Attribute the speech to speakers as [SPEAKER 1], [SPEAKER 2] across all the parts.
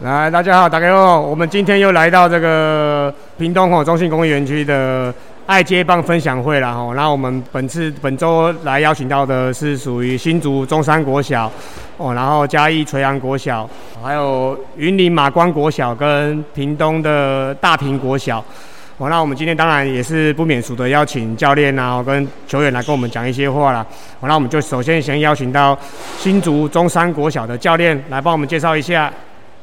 [SPEAKER 1] 来，大家好，大家好，我们今天又来到这个屏东吼中信工业园区的爱街棒分享会了吼。那我们本次本周来邀请到的是属于新竹中山国小哦，然后嘉义垂杨国小，还有云林马关国小跟屏东的大坪国小。哦，那我们今天当然也是不免俗的邀请教练啊，哦跟球员来跟我们讲一些话啦。哦，那我们就首先先邀请到新竹中山国小的教练来帮我们介绍一下。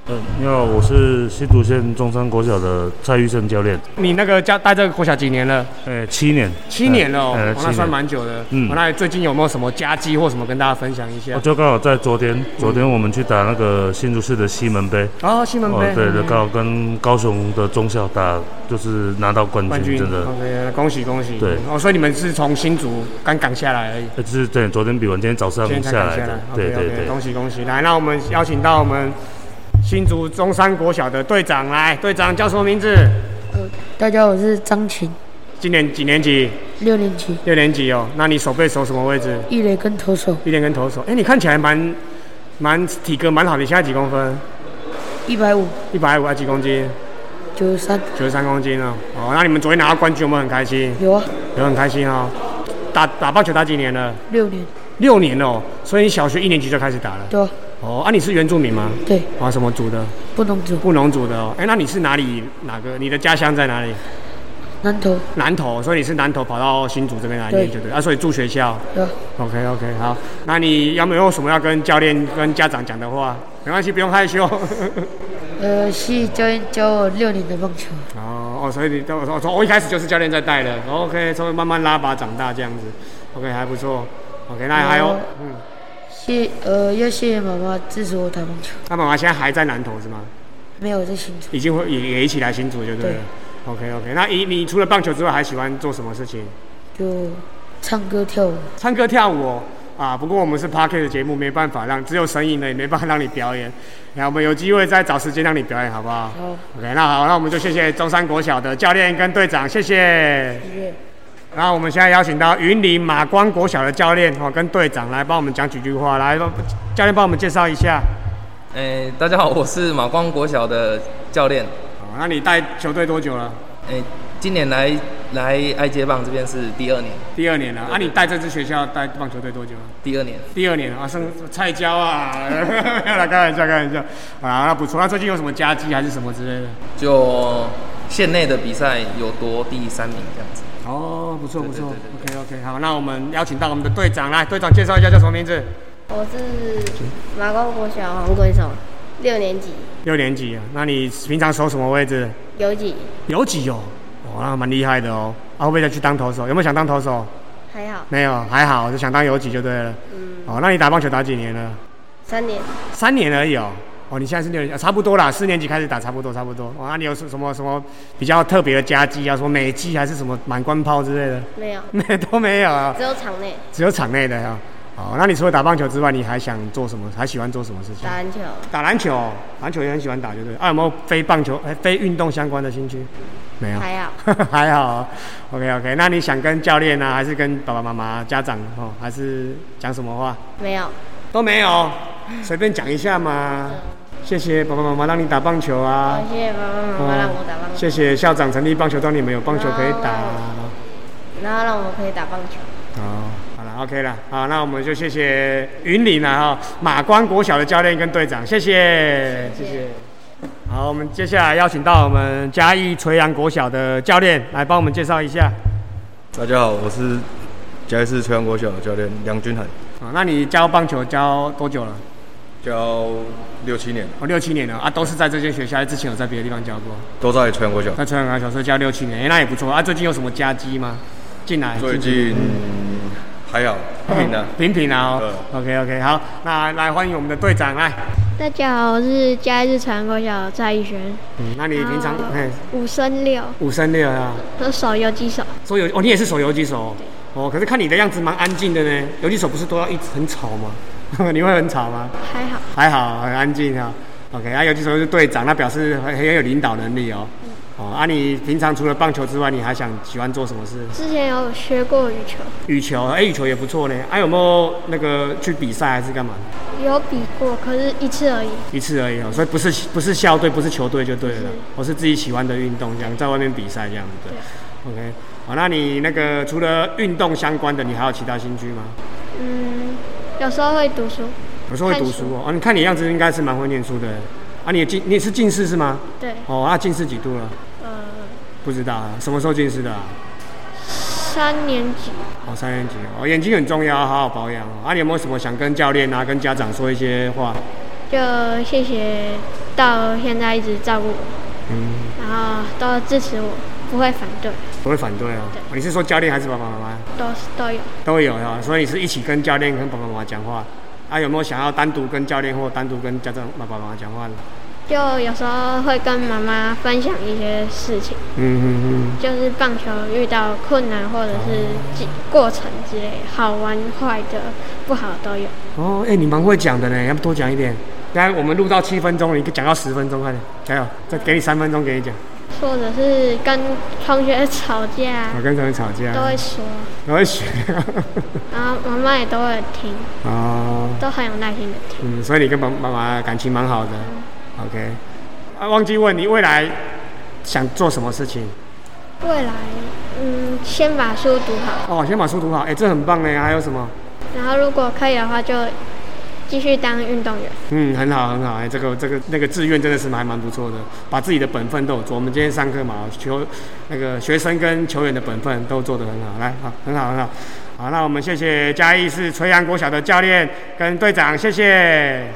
[SPEAKER 2] 嗯，你好，我是新竹县中山国小的蔡玉胜教练，
[SPEAKER 1] 你那个教带这个国小几年了？
[SPEAKER 2] 呃、七年，
[SPEAKER 1] 七年了、哦，
[SPEAKER 2] 呃呃
[SPEAKER 1] 哦那
[SPEAKER 2] 七
[SPEAKER 1] 算
[SPEAKER 2] 年
[SPEAKER 1] 蛮久的。嗯
[SPEAKER 2] 嗯，
[SPEAKER 1] 那最近有没有什么佳绩或什么跟大家分享一下
[SPEAKER 2] 我？哦就刚好在昨天，昨天我们去打那个新竹市的西门杯，
[SPEAKER 1] 哦，西门
[SPEAKER 2] 哦
[SPEAKER 1] 杯，，
[SPEAKER 2] 对，
[SPEAKER 1] 嗯
[SPEAKER 2] 就刚好跟高雄的中校打，就是拿到冠
[SPEAKER 1] 冠
[SPEAKER 2] 军，
[SPEAKER 1] 军，嗯
[SPEAKER 2] 真的，
[SPEAKER 1] OK，恭喜恭喜。
[SPEAKER 2] 对
[SPEAKER 1] 哦，所以你们是从新竹刚赶下来而已，
[SPEAKER 2] 呃就是对，昨天比完，今天早上
[SPEAKER 1] 今天才
[SPEAKER 2] 下
[SPEAKER 1] 赶
[SPEAKER 2] 来
[SPEAKER 1] 下
[SPEAKER 2] 的
[SPEAKER 1] 来，。
[SPEAKER 2] 对
[SPEAKER 1] OK
[SPEAKER 2] 对
[SPEAKER 1] OK，
[SPEAKER 2] 对，
[SPEAKER 1] 恭喜恭喜！来，那我们邀请到我们新竹中山国小的队长来，队长叫什么名字？
[SPEAKER 3] 大家好，我是张琴，
[SPEAKER 1] 今年几年级？
[SPEAKER 3] 六年级，
[SPEAKER 1] 六年级哦。那你手背守什么位置？
[SPEAKER 3] 一垒跟投手，
[SPEAKER 1] 一点跟投手。哎、你看起来蛮蛮体格蛮好，你现在几公分？
[SPEAKER 3] 一百五
[SPEAKER 1] 一百五还啊几公斤？
[SPEAKER 3] 九十三，
[SPEAKER 1] 九十三公斤哦。哦，那你们昨天拿到冠军，有没有很开心？
[SPEAKER 3] 有啊，
[SPEAKER 1] 有很开心哦。打打棒球打几年了？
[SPEAKER 3] 六年，
[SPEAKER 1] 六年了哦，所以你小学一年级就开始打了。
[SPEAKER 3] 对啊，
[SPEAKER 1] 哦，啊，你是原住民吗？
[SPEAKER 3] 对，
[SPEAKER 1] 啊，什么族的？
[SPEAKER 3] 不能走，
[SPEAKER 1] 布农族的哦。哎、那你是哪里哪个？你的家乡在哪里？
[SPEAKER 3] 南投，
[SPEAKER 1] 南投，所以你是南投跑到新竹这边来念
[SPEAKER 3] 对
[SPEAKER 1] 就对啊，所以住学校。
[SPEAKER 3] 对啊，
[SPEAKER 1] OK OK，好，那你有没有什么要跟教练跟家长讲的话？没关系，不用害羞。
[SPEAKER 3] 呃，是教练教我六年的棒球，
[SPEAKER 1] 哦哦，所以你都我从我一开始就是教练在带的，OK，稍微慢慢拉拔长大这样子，OK 还不错，OK 那还有
[SPEAKER 3] 哦，
[SPEAKER 1] 嗯，
[SPEAKER 3] 谢呃要谢谢妈妈支持我打棒球，
[SPEAKER 1] 那妈妈现在还在南投是吗？
[SPEAKER 3] 没有我在新竹，
[SPEAKER 1] 已经会也也一起来新竹就对了
[SPEAKER 3] 对
[SPEAKER 1] ，OK OK，那你你除了棒球之外还喜欢做什么事情？
[SPEAKER 3] 就唱歌跳舞，
[SPEAKER 1] 唱歌跳舞、哦、啊，不过我们是 p a r k 的节目，没办法让只有声音的也没办法让你表演，那我们有机会再找时间让你表演好不好
[SPEAKER 3] 然后
[SPEAKER 1] ？OK，那好，那我们就谢谢中山国小的教练跟队长，谢谢。
[SPEAKER 3] 谢谢。
[SPEAKER 1] 然后我们现在邀请到云林马关国小的教练哦，跟队长来帮我们讲几句话，来，教练帮我们介绍一下。
[SPEAKER 4] 诶，哎大家好，我是马光国小的教练。
[SPEAKER 1] 哦，那你带球队多久了？
[SPEAKER 4] 诶，今年来来爱接棒这边是第二年，
[SPEAKER 1] 第二年了。啊，你带这支学校带棒球队多久了？
[SPEAKER 4] 第二年。
[SPEAKER 1] 第二年了啊，剩菜椒啊，没有啦，开玩笑，开玩笑。啊，那不错。那最近有什么佳绩还是什么之类的？
[SPEAKER 4] 就县内的比赛有夺第三名这样子。
[SPEAKER 1] 哦，不错不错。
[SPEAKER 4] 对
[SPEAKER 1] OK OK，好，那我们邀请到我们的队长来，队长介绍一下叫什么名字？
[SPEAKER 5] 我是马光国小黄龟手，六年级，
[SPEAKER 1] 六年级啊，那你平常守什么位置？
[SPEAKER 5] 有几
[SPEAKER 1] 游击哦，哦，那蛮厉害的哦。啊，会不会再去当投手？有没有想当投手？
[SPEAKER 5] 还好，
[SPEAKER 1] 没有，还好，就想当游击就对了。
[SPEAKER 5] 嗯，
[SPEAKER 1] 哦，那你打棒球打几年了？
[SPEAKER 5] 三年，
[SPEAKER 1] 三年而已哦。哦，你现在是六年级，啊差不多啦，四年级开始打，差不多，差不多。哦，那你有什什么什么比较特别的佳绩啊？什么美技还是什么满贯炮之类的？
[SPEAKER 5] 没有，
[SPEAKER 1] 没都没有啊，
[SPEAKER 5] 只有场内
[SPEAKER 1] 只有场内的啊。哦，那你除了打棒球之外，你还想做什么？还喜欢做什么事情
[SPEAKER 5] 打？篮球，
[SPEAKER 1] 打篮球，篮球也很喜欢打，就对了。啊，有没有非棒球、哎，非运动相关的兴趣？没有，
[SPEAKER 5] 还好，
[SPEAKER 1] 还好啊、OK OK，那你想跟教练啊，还是跟爸爸妈妈、家长哦，还是讲什么话？
[SPEAKER 5] 没有，
[SPEAKER 1] 都没有，随便讲一下嘛。谢谢爸爸妈妈让你打棒球啊
[SPEAKER 5] 哦，，谢谢爸爸妈妈让我打棒球
[SPEAKER 1] 谢，谢校长成立棒球队，你们有棒球可以打啊。
[SPEAKER 5] 然后让我可以打棒球。
[SPEAKER 1] 哦，好了，OK 了，好，那我们就谢谢云林啊，哈、马关国小的教练跟队长，谢谢，谢谢。好，我们接下来邀请到我们嘉义垂杨国小的教练来帮我们介绍一下。
[SPEAKER 6] 大家好，我是嘉义市垂杨国小的教练梁君涵，
[SPEAKER 1] 啊，那你教棒球教多久了？
[SPEAKER 6] 教六七年，
[SPEAKER 1] 哦，六七年了啊，都是在这间学校，之前有在别的地方教过。
[SPEAKER 6] 都在垂杨国小。
[SPEAKER 1] 在垂杨国小所以教六七年，哎、那也不错啊。最近有什么佳绩吗？进来，
[SPEAKER 6] 最
[SPEAKER 1] 进
[SPEAKER 6] 近还好，平安。
[SPEAKER 1] 平平啊、哦。OK OK，好，那来欢迎我们的队长来。
[SPEAKER 7] 大家好，我是嘉义市传国小的蔡逸轩，
[SPEAKER 1] 嗯，那你平常
[SPEAKER 7] 好
[SPEAKER 1] 嘿
[SPEAKER 7] 五升六，
[SPEAKER 1] 五升六啊？
[SPEAKER 7] 我手游几手，
[SPEAKER 1] 手游哦，你也是手游击手哦哦，可是看你的样子蛮安静的呢。游击手不是都要一直很吵吗？ 你会很吵吗？
[SPEAKER 7] 还好，
[SPEAKER 1] 还好，很安静啊。OK，啊，游击手是队长，那表示很很有领导能力哦。哦，啊，你平常除了棒球之外，你还想喜欢做什么事？
[SPEAKER 7] 之前有学过羽球，
[SPEAKER 1] 羽球，哎、羽球也不错呢。啊，有没有那个去比赛还是干嘛？
[SPEAKER 7] 有比过，可是一次而已。
[SPEAKER 1] 一次而已哦，所以不是不是校队，不是球队就对了，我是自己喜欢的运动，这样在外面比赛这样子。对，OK。好，那你那个除了运动相关的，你还有其他兴趣吗？
[SPEAKER 7] 嗯，有时候会读书，
[SPEAKER 1] 有时候会读书哦。哦，你看你样子应该是蛮会念书的。啊，你也近你是近视是吗？
[SPEAKER 7] 对，
[SPEAKER 1] 哦，啊，近视几度了？
[SPEAKER 7] 呃，
[SPEAKER 1] 不知道啊，什么时候近视的、啊？
[SPEAKER 7] 三年级
[SPEAKER 1] 哦，三年级哦，眼睛很重要，好好保养哦。啊，你有没有什么想跟教练啊、跟家长说一些话？
[SPEAKER 7] 就谢谢到现在一直照顾我，
[SPEAKER 1] 嗯，
[SPEAKER 7] 然后都支持我，不会反对，
[SPEAKER 1] 不会反对哦。
[SPEAKER 7] 对
[SPEAKER 1] 哦你是说教练还是爸爸妈妈
[SPEAKER 7] 都是都有。
[SPEAKER 1] 都有哦？所以你是一起跟教练跟爸爸妈妈讲话。啊，有没有想要单独跟教练或单独跟家长、爸爸妈妈讲话呢？
[SPEAKER 7] 就有时候会跟妈妈分享一些事情，
[SPEAKER 1] 嗯嗯
[SPEAKER 7] 就是棒球遇到困难或者是几过程之类，好玩坏的不好都有。
[SPEAKER 1] 嗯。哦，哎、你蛮会讲的呢，要不多讲一点。刚才我们录到七分钟，你讲到十分钟，快点，加油！再给你三分钟给你讲。
[SPEAKER 7] 或者是跟同学吵架
[SPEAKER 1] 我跟同学吵架，
[SPEAKER 7] 都会说，
[SPEAKER 1] 我会学。
[SPEAKER 7] 然后妈妈也都会听，
[SPEAKER 1] 哦。
[SPEAKER 7] 都很有耐心的听。
[SPEAKER 1] 嗯，所以你跟爸爸妈感情蛮好的。OK，啊，忘记问你未来想做什么事情？
[SPEAKER 7] 未来，嗯，先把书读好，
[SPEAKER 1] 哦，先把书读好，哎、这很棒哎。还有什么？
[SPEAKER 7] 然后如果可以的话，就继续当运动员。
[SPEAKER 1] 嗯，很好，很好，哎、这个这个那个志愿真的是还蛮不错的，把自己的本分都有做。我们今天上课嘛，球那个学生跟球员的本分都做得很好，来，好，很好，很好。好，那我们谢谢嘉义市垂杨国小的教练跟队长，谢谢。